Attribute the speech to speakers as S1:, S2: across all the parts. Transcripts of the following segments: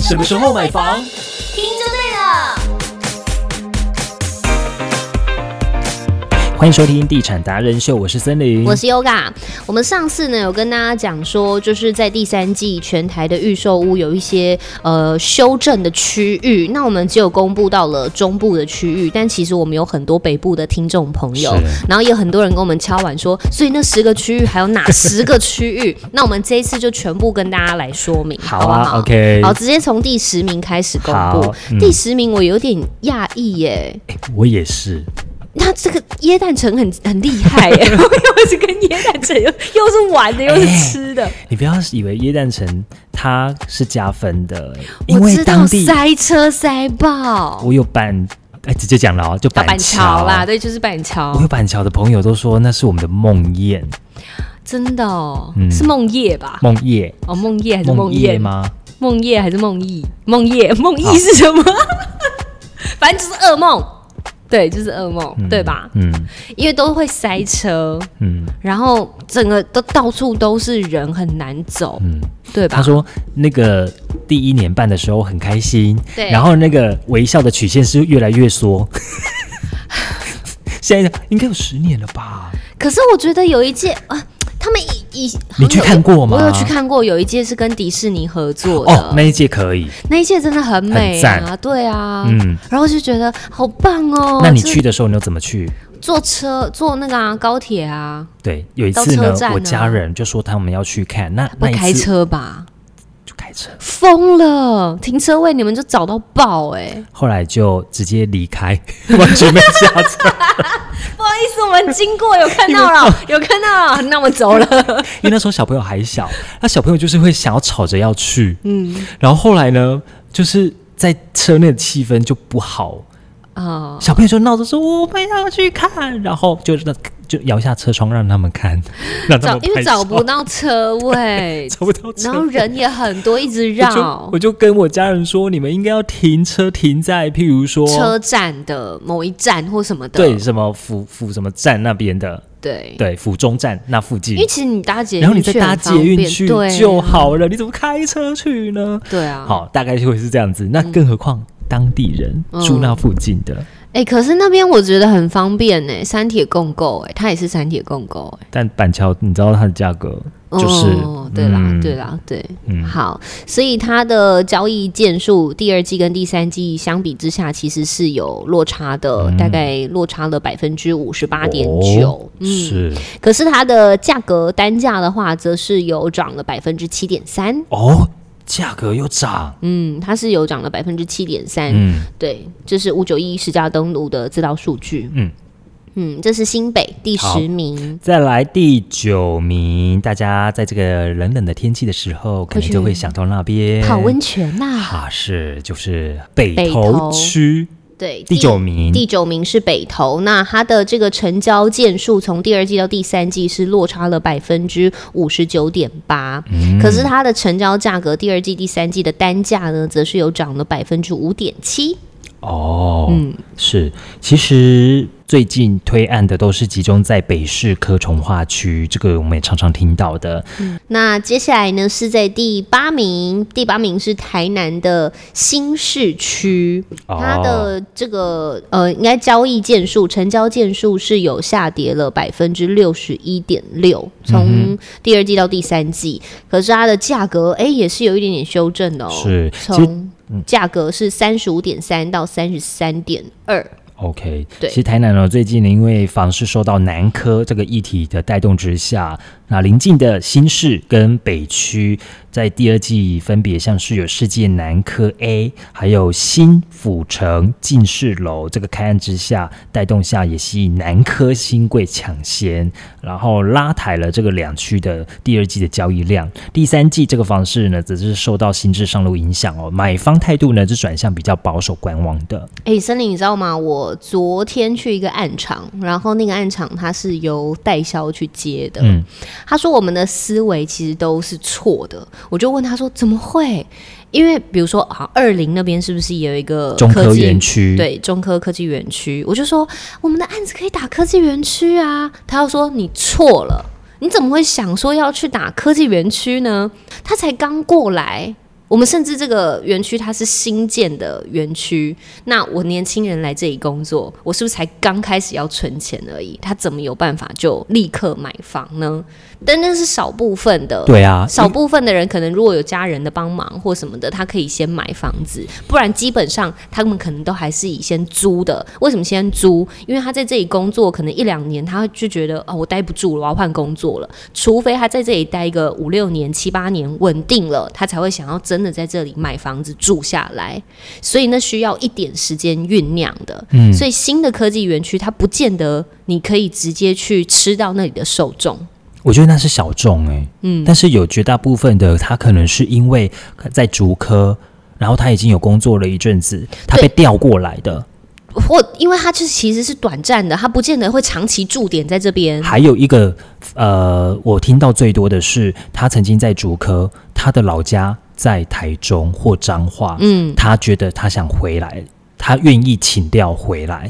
S1: 什么时候买房？
S2: 听就对了。
S3: 欢迎收听《地产达人秀》，我是森林，
S2: 我是 Yoga。我们上次呢有跟大家讲说，就是在第三季全台的预售屋有一些呃修正的区域，那我们只有公布到了中部的区域，但其实我们有很多北部的听众朋友
S3: 是，
S2: 然后也有很多人跟我们敲碗说，所以那十个区域还有哪十个区域？那我们这一次就全部跟大家来说明，好
S3: 好
S2: 不
S3: 啊
S2: 好
S3: OK
S2: 好，直接从第十名开始公布
S3: 好。嗯
S2: 第十名我有点讶异耶，
S3: 我也是，
S2: 那这个椰蛋城很很厉害 耶，又是跟椰蛋城又又是玩的，又
S3: 哎
S2: 是吃的，
S3: 你不要以为椰蛋城它是加分的，因
S2: 我
S3: 为
S2: 知道
S3: 当地
S2: 塞车塞爆，
S3: 我有板，哎，直接讲了哦，就
S2: 啊板
S3: 桥
S2: 桥啦，。对，就是板桥
S3: 我有，板桥的朋友都说那是我们的梦魇，
S2: 真的哦，
S3: 嗯
S2: 是梦夜吧？
S3: 梦魇，
S2: 哦，梦夜还是
S3: 梦
S2: 魇
S3: 魇？吗？
S2: 梦夜还是梦忆？梦夜，梦
S3: 好
S2: 忆是什么？ 反正就是噩梦，对，就是噩梦，
S3: 嗯
S2: 对吧？
S3: 嗯
S2: 因为都会塞车，
S3: 嗯
S2: 然后整个都到处都是人，很难走，
S3: 嗯。
S2: 对吧？
S3: 他说那个第一年半的时候很开心，
S2: 对
S3: 然后那个微笑的曲线是越来越 缩。现在应该有十年了吧？
S2: 可是我觉得有一届啊，他们以以
S3: 你去看过吗
S2: 我有去看过，有一届是跟迪士尼合作的，
S3: 哦，那一届可以。
S2: 那一届真的很美
S3: 很
S2: 啊，
S3: 赞
S2: 对啊，
S3: 嗯
S2: 然后就觉得好棒哦。
S3: 那你
S2: 就是
S3: 去的时候你又怎么去？
S2: 坐车坐那个啊高铁啊，
S3: 对，有一
S2: 到
S3: 次呢
S2: 车站，
S3: 我
S2: 呢
S3: 家人就说他们要去看，那
S2: 不
S3: 那
S2: 开
S3: 一次
S2: 车吧？
S3: 就开车，
S2: 疯了，停车位你们就找到爆哎、
S3: 后来就直接离开， 完全没下车，
S2: 不好意思，我们经过有看到 了，有看到了， 那我们走了。
S3: 因为那时候小朋友还小，那小朋友就是会想要吵着要去，嗯，然后后来呢，就是在车内的气氛就不好，
S2: 哦，
S3: 小朋友就闹着说我们要去看，然后就那就摇下车窗让他们 看，让他
S2: 找
S3: 们
S2: 因为
S3: 拍照，
S2: 找不到车 位
S3: 找不到车
S2: 然后人也很多，一直
S3: 我就
S2: 绕
S3: 我。就跟我家人说，你们应该要停车停在譬如说
S2: 车站的某一站或什么的，
S3: 对什么府府什么站那边的，
S2: 对，
S3: 对府中站那附近
S2: 因为，其实你搭捷运，
S3: 然后你再搭捷运去
S2: 对啊
S3: 就，好了，你怎么开车去呢？
S2: 对啊。，
S3: 好，大概就会是这样子。那更何况当地人
S2: 嗯
S3: 住那附近的，
S2: 哎、可是那边我觉得很方便呢、三铁共购，哎，它也是三铁共购、哎。
S3: 但板桥你知道它的价格就是
S2: 哦，对啦，
S3: 嗯
S2: 对啦，对，
S3: 嗯
S2: 好，所以它的交易件数第二季跟第三季相比之下，其实是有落差的，大概落差了百分之五十八点九
S3: 嗯哦，
S2: 嗯
S3: 是
S2: 可是它的价格单价的话，则是有涨了百分之七点三，
S3: 哦，价格又涨，
S2: 嗯，它是有涨了百分之七点三，
S3: 嗯
S2: 对，这是五九一十家登录的资料数据。
S3: 嗯
S2: 嗯，这是新北第
S3: 好
S2: 十名，
S3: 再来第九名，大家在这个冷冷的天气的时候，可能就会想到那边
S2: 泡温泉呐、
S3: 啊，是就是北
S2: 北投
S3: 投区
S2: 对，
S3: 第九名，
S2: 第九名是北投，那它的这个成交件数从第二季到第三季是落差了百分之五十九点八，
S3: 嗯
S2: 可是它的成交价格第二季、第三季的单价呢，则是有涨了百分之五点七。
S3: 哦，
S2: 嗯
S3: 是，其实最近推案的都是集中在北市科从化区，这个我们也常常听到的。
S2: 那接下来呢是在第八名，第八名是台南的新市区，
S3: 哦
S2: 它的这个呃，应该交易件数、成交件数是有下跌了百分之六十一点六，
S3: 嗯
S2: 从第二季到第三季，可是它的价格哎、也是有一点点修正的哦，
S3: 是其实嗯
S2: 从价格是三十五点三到三十三点二，
S3: OK，
S2: 对
S3: 其实台南呢，最近呢，因为房市受到南科这个议题的带动之下，那邻近的新市跟北区在第二季分别像是有世界南科 A，还有新府城近士楼这个开案之下，带动下也吸引南科新贵抢先，然后拉抬了这个两区的第二季的交易量。第三季这个房市呢，则是受到新制上路影响哦，买方态度呢是转向比较保守观望的。
S2: 哎、森林，你知道吗？我昨天去一个暗场，然后那个暗场它是由代销去接的。
S3: 嗯
S2: 他说我们的思维其实都是错的。我就问他说怎么会？因为比如说啊，二林那边是不是也有一个
S3: 中科
S2: 呃技
S3: 园区
S2: 对，中科科技园区。我就说我们的案子可以打科技园区啊。他又说你错了，你怎么会想说要去打科技园区呢？他才刚过来。我们甚至这个园区它是新建的园区，那我年轻人来这里工作，我是不是才刚开始要存钱而已？他怎么有办法就立刻买房呢？但那是少部分的，
S3: 对啊，
S2: 少部分的人可能如果有家人的帮忙或什么的，他可以先买房子，不然基本上他们可能都还是以先租的。为什么先租？因为他在这里工作可能一两年，他就觉得哦，我待不住了，我要换工作了。除非他在这里待个五六年、七八年稳定了，他才会想要真的在这里买房子住下来。所以那需要一点时间酝酿的。
S3: 嗯
S2: 所以新的科技园区，它不见得你可以直接去吃到那里的受众。
S3: 我觉得那是小众哎、嗯，但是有绝大部分的他可能是因为在竹科，然后他已经有工作了一阵子，他被调过来的。
S2: 或因为它就是其实是短暂的，它不见得会长期驻点在这边。
S3: 还有一个呃，我听到最多的是他曾经在竹科，他的老家在台中或彰化，
S2: 嗯，
S3: 他觉得他想回来，他愿意请调回来。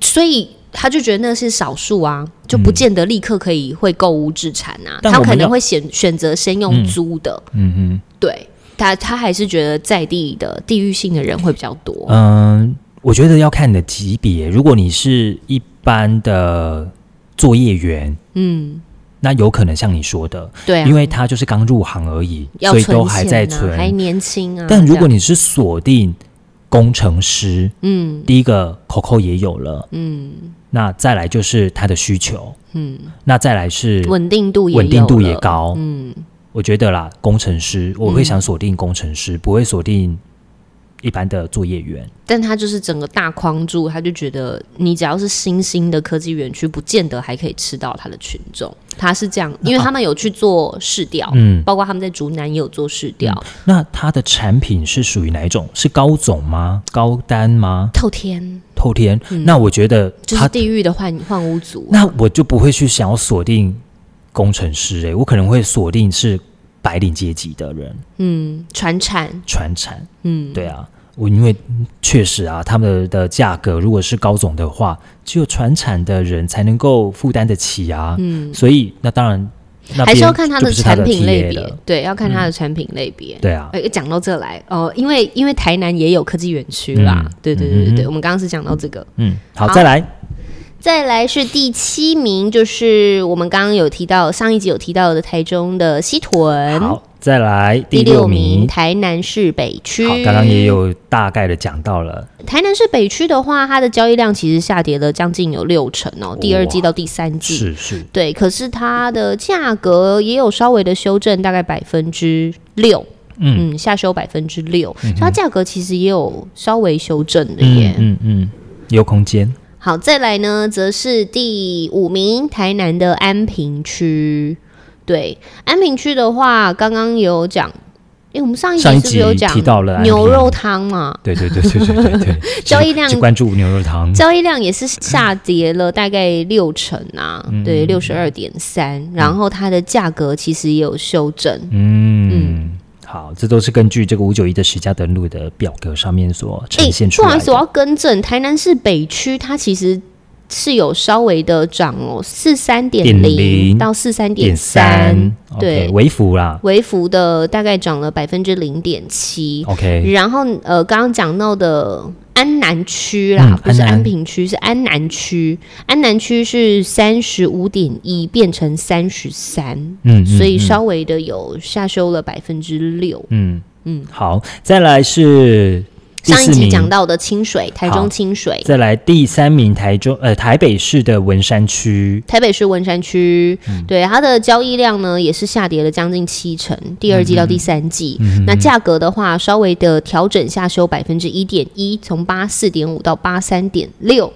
S2: 所以他就觉得那是少数啊，就不见得立刻可以会购物置产啊，
S3: 但
S2: 他
S3: 我们
S2: 可能
S3: 要
S2: 会选选择先用
S3: 嗯
S2: 租的，
S3: 嗯嗯。
S2: 对。他他还是觉得在地的地域性的人会比较多，
S3: 嗯，我觉得要看你的级别。如果你是一般的作业员，
S2: 嗯，
S3: 那有可能像你说的，
S2: 对啊，
S3: 因为他就是刚入行而已，
S2: 要
S3: 所以
S2: 存
S3: 都还在
S2: 钱啊
S3: 存。
S2: 还年轻啊。
S3: 但如果
S2: 这样
S3: 你是锁定工程师，
S2: 嗯
S3: 第一个 COCO 也有了，
S2: 嗯
S3: 那再来就是他的需求，
S2: 嗯，
S3: 那再来是
S2: 稳定度也
S3: 稳定度
S2: 有
S3: 也
S2: 了，
S3: 高。
S2: 嗯
S3: 我觉得啦，工程师我会
S2: 嗯
S3: 想锁定工程师，不会锁定一般的作业员。
S2: 但他就是整个大框住，他就觉得你只要是新兴的科技园区，不见得还可以吃到他的群众。他是这样，因为他们有去做试调，
S3: 嗯，
S2: 包括他们在竹南也有做试调，
S3: 那它的产品是属于哪一种？是高总吗？高单吗？
S2: 透天
S3: 透天？那我觉得
S2: 嗯就是
S3: 它，
S2: 地狱的换换屋族。
S3: 那我就不会去想要锁定工程师、欸，我可能会锁定是白领阶级的人，
S2: 嗯，传产，
S3: 传产。
S2: 嗯，
S3: 对啊，我因为确实啊，他们的价格如果是高总的话，只有传产的人才能够负担得起啊。
S2: 嗯，
S3: 所以那当然，那
S2: 还是
S3: 边
S2: 要看它
S3: 就不是它
S2: 产品
S3: TA
S2: 类别
S3: 了，
S2: 对，要看它的产品类别。
S3: 对啊，
S2: 呃，讲到这来哦、因为因为台南也有科技园区啦，
S3: 嗯
S2: 对对对对对，
S3: 嗯哼
S2: 我们刚刚是讲到这个，
S3: 嗯，好，
S2: 好
S3: 再来，
S2: 再来是第七名，就是我们刚刚有提到上一集有提到的台中的西屯，
S3: 好，再来
S2: 第
S3: 第六
S2: 名
S3: 名，
S2: 台南市北区。
S3: 好，刚刚也有大概的讲到了，
S2: 台南市北区的话，它的交易量其实下跌了将近有六成哦，第二季到第三季。
S3: 是是，
S2: 对，可是它的价格也有稍微的修正，大概百分之六，
S3: 嗯，
S2: 嗯，下修百分之六，所以它价格其实也有稍微修正的耶。
S3: 嗯嗯，有空间，
S2: 好，再来呢，则是第五名，台南的安平区。对，安平区的话，刚刚有讲，诶，我们上一集
S3: 上一
S2: 是不是
S3: 集
S2: 有讲
S3: 提到了安
S2: 牛
S3: 平啊
S2: 肉，汤嘛？
S3: 对对对对对对对，
S2: 交易量
S3: 只关注牛肉汤，
S2: 交易量也是下跌了大概六成啊，
S3: 嗯
S2: 对，六十二点三，然后它的价格其实也有修正，
S3: 嗯。好，这都是根据这个五九一的十家登录的表格上面所呈现出
S2: 不好
S3: 来
S2: 意思，我
S3: 的。
S2: 要更正，台南市北区它其实是有稍微的涨哦，四三点零
S3: 0
S2: 到四三点
S3: 点
S2: 三
S3: 三，，
S2: 对
S3: OK，微幅啦
S2: 微幅的大概涨了百分之零点七。
S3: ，OK，
S2: 然后呃，刚刚讲到的安南区啦，
S3: 嗯
S2: 不是
S3: 安南
S2: 安平区，是安南区。安南区是三十五点一变成三十三，
S3: 嗯，嗯
S2: 所以
S3: 嗯
S2: 稍微的有下修了百分之六。
S3: 嗯
S2: 嗯
S3: 嗯，好，再来是第
S2: 上一
S3: 四
S2: 集
S3: 名，
S2: 讲到的清水，台中
S3: 好
S2: 清水，
S3: 再来第三名台中呃台北市的文山区，
S2: 台北市文山区，对它的交易量呢也是下跌了将近七成，第二季到第三季。那价格的话，稍微的调整下修百分之一点一，从八四点五到八三点六。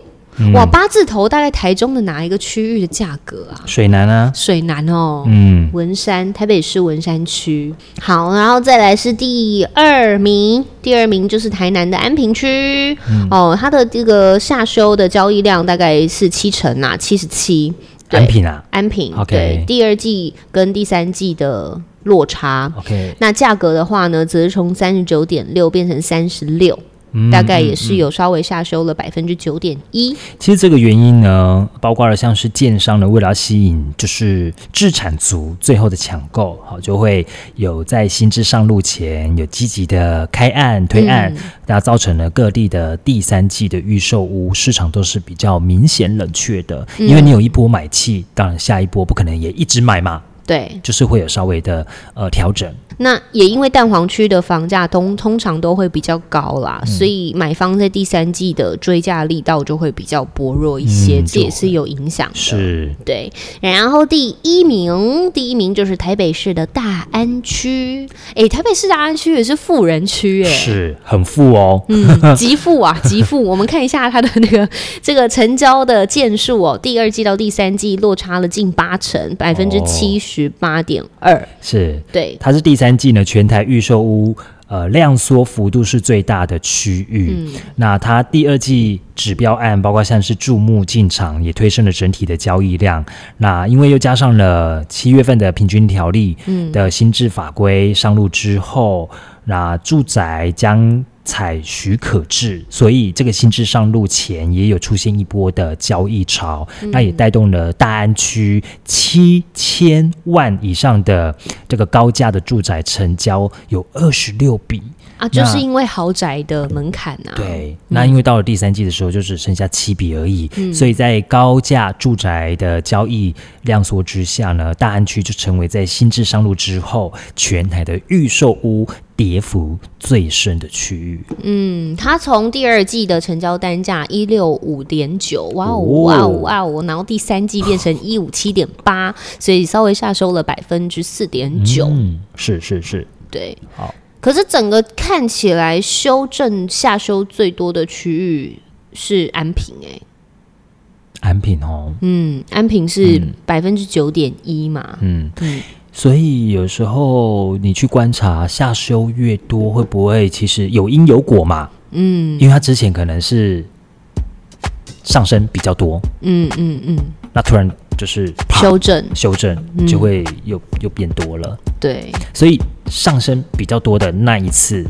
S2: 哇，八字头大概台中的哪一个区域的价格啊？
S3: 水南啊，
S2: 水南哦。
S3: 嗯，
S2: 文山，台北市文山区。好，然后再来是第二名，第二名就是台南的安平区。哦，它的这个下修的交易量大概是七成啊，七十七。对
S3: 安平啊
S2: 安平
S3: OK
S2: 对第二季跟第三季的落差。
S3: ，OK，
S2: 那价格的话呢，则是从三十九点六变成三十六，
S3: 嗯
S2: 大概也是有稍微下修了百分之九点一。
S3: 其实这个原因呢，包括了像是建商呢，为了要吸引就是制产族最后的抢购，好就会有在新制上路前有积极的开案推案，那、造成了各地的第三季的预售屋市场都是比较明显冷却的，因为你有一波买气，当然下一波不可能也一直买嘛，
S2: 对，
S3: 就是会有稍微的呃调整。
S2: 那也因为蛋黄区的房价通通常都会比较高啦，
S3: 嗯
S2: 所以买方在第三季的追价力道就会比较薄弱一些，
S3: 嗯
S2: 这也
S3: 就是
S2: 有影响的。
S3: 是，
S2: 对，然后第一名，第一名就是台北市的大安区。诶，台北市大安区也是富人区、诶，
S3: 是很富哦，
S2: 嗯， 极富啊，极富。我们看一下它的那个 这个成交的件数哦，第二季到第三季落差了近八成，百分之七十八点二。
S3: 是
S2: 对，
S3: 它是第三季呢，全台预售屋呃量缩幅度是最大的区域。那它第二季指标案，包括像是注目进场，也推升了整体的交易量。那因为又加上了七月份的平均条例的新制法规上路之后，那住宅将。采许可制，所以这个新制上路前也有出现一波的交易潮，那也带动了大安区七千万以上的这个高价的住宅成交有二十六笔，
S2: 啊，就是
S3: 那
S2: 因为豪宅的门槛啊。
S3: 对，那因为到了第三季的时候，就只剩下七笔而已，
S2: 嗯
S3: 所以在高价住宅的交易量缩之下呢，大安区就成为在新制上路之后，全台的预售屋跌幅最深的区域。
S2: 嗯，它从第二季的成交单价一六五点九，哇哦
S3: 哦
S2: 哇哦哇哦，然后第三季变成一五七点八，所以稍微下收了百分之四点九。
S3: 嗯，是是是，
S2: 对，
S3: 好。
S2: 可是整个看起来修正下修最多的区域是安平、欸，
S3: 安平哦，
S2: 嗯，安平是百分之九点一嘛，
S3: 嗯
S2: 嗯
S3: 所以有时候你去观察下修越多，会不会其实有因有果嘛？
S2: 嗯
S3: 因为它之前可能是上升比较多，
S2: 嗯嗯嗯，
S3: 那突然就是啪
S2: 修正
S3: 修
S2: 嗯
S3: 正就会又、又变多了，
S2: 对，
S3: 所以上升比较多的那一次，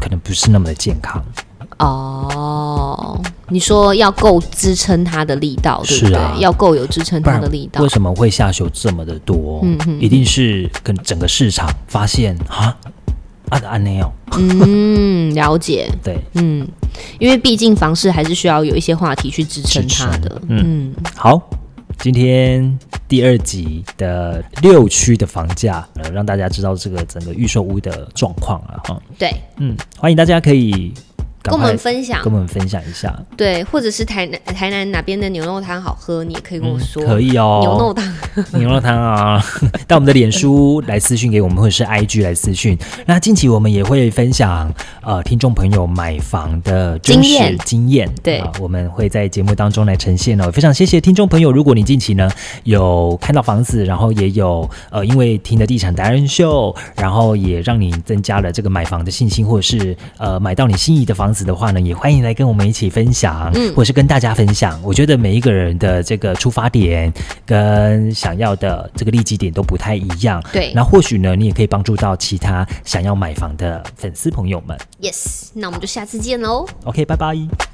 S3: 可能不是那么的健康。
S2: 哦，你说要够支撑它的力道，对不
S3: 是
S2: 对？
S3: 啊
S2: 要够有支撑
S3: 不
S2: 它
S3: 然
S2: 的力道
S3: 为，什么会下修这么的多？
S2: 嗯嗯
S3: 一定是跟整个市场发现啊啊的安内哦，
S2: 嗯，了解，
S3: 对，
S2: 嗯，因为毕竟房市还是需要有一些话题去支撑它的
S3: 支，嗯好。今天第二集的六区的房价，呃，让大家知道这个整个预售屋的状况了哈。
S2: 对，
S3: 嗯，欢迎大家可以赶
S2: 跟我
S3: 快
S2: 们分享
S3: 跟，我们分享一下，
S2: 对，或者是台南台南哪边的牛肉汤好喝，你也可以跟我说，
S3: 可以哦。
S2: 牛肉汤，
S3: 牛肉汤啊，到我们的脸书来私讯给我们，或者是 IG 来私讯。那近期我们也会分享呃听众朋友买房的真
S2: 经
S3: 实
S2: 验
S3: 经验，
S2: 对
S3: 啊我们会在节目当中来呈现哦。非常谢谢听众朋友，如果你近期呢有看到房子，然后也有呃因为听了地产达人秀，然后也让你增加了这个买房的信心，或者是呃买到你心仪的房子的话呢，也欢迎来跟我们一起分享，嗯，或者是跟大家分享。我觉得每一个人的这个出发点跟想要的这个利基点都不太一样，
S2: 对
S3: 那或许呢，你也可以帮助到其他想要买房的粉丝朋友们。
S2: ，yes，那我们就下次见喽。
S3: OK，拜拜。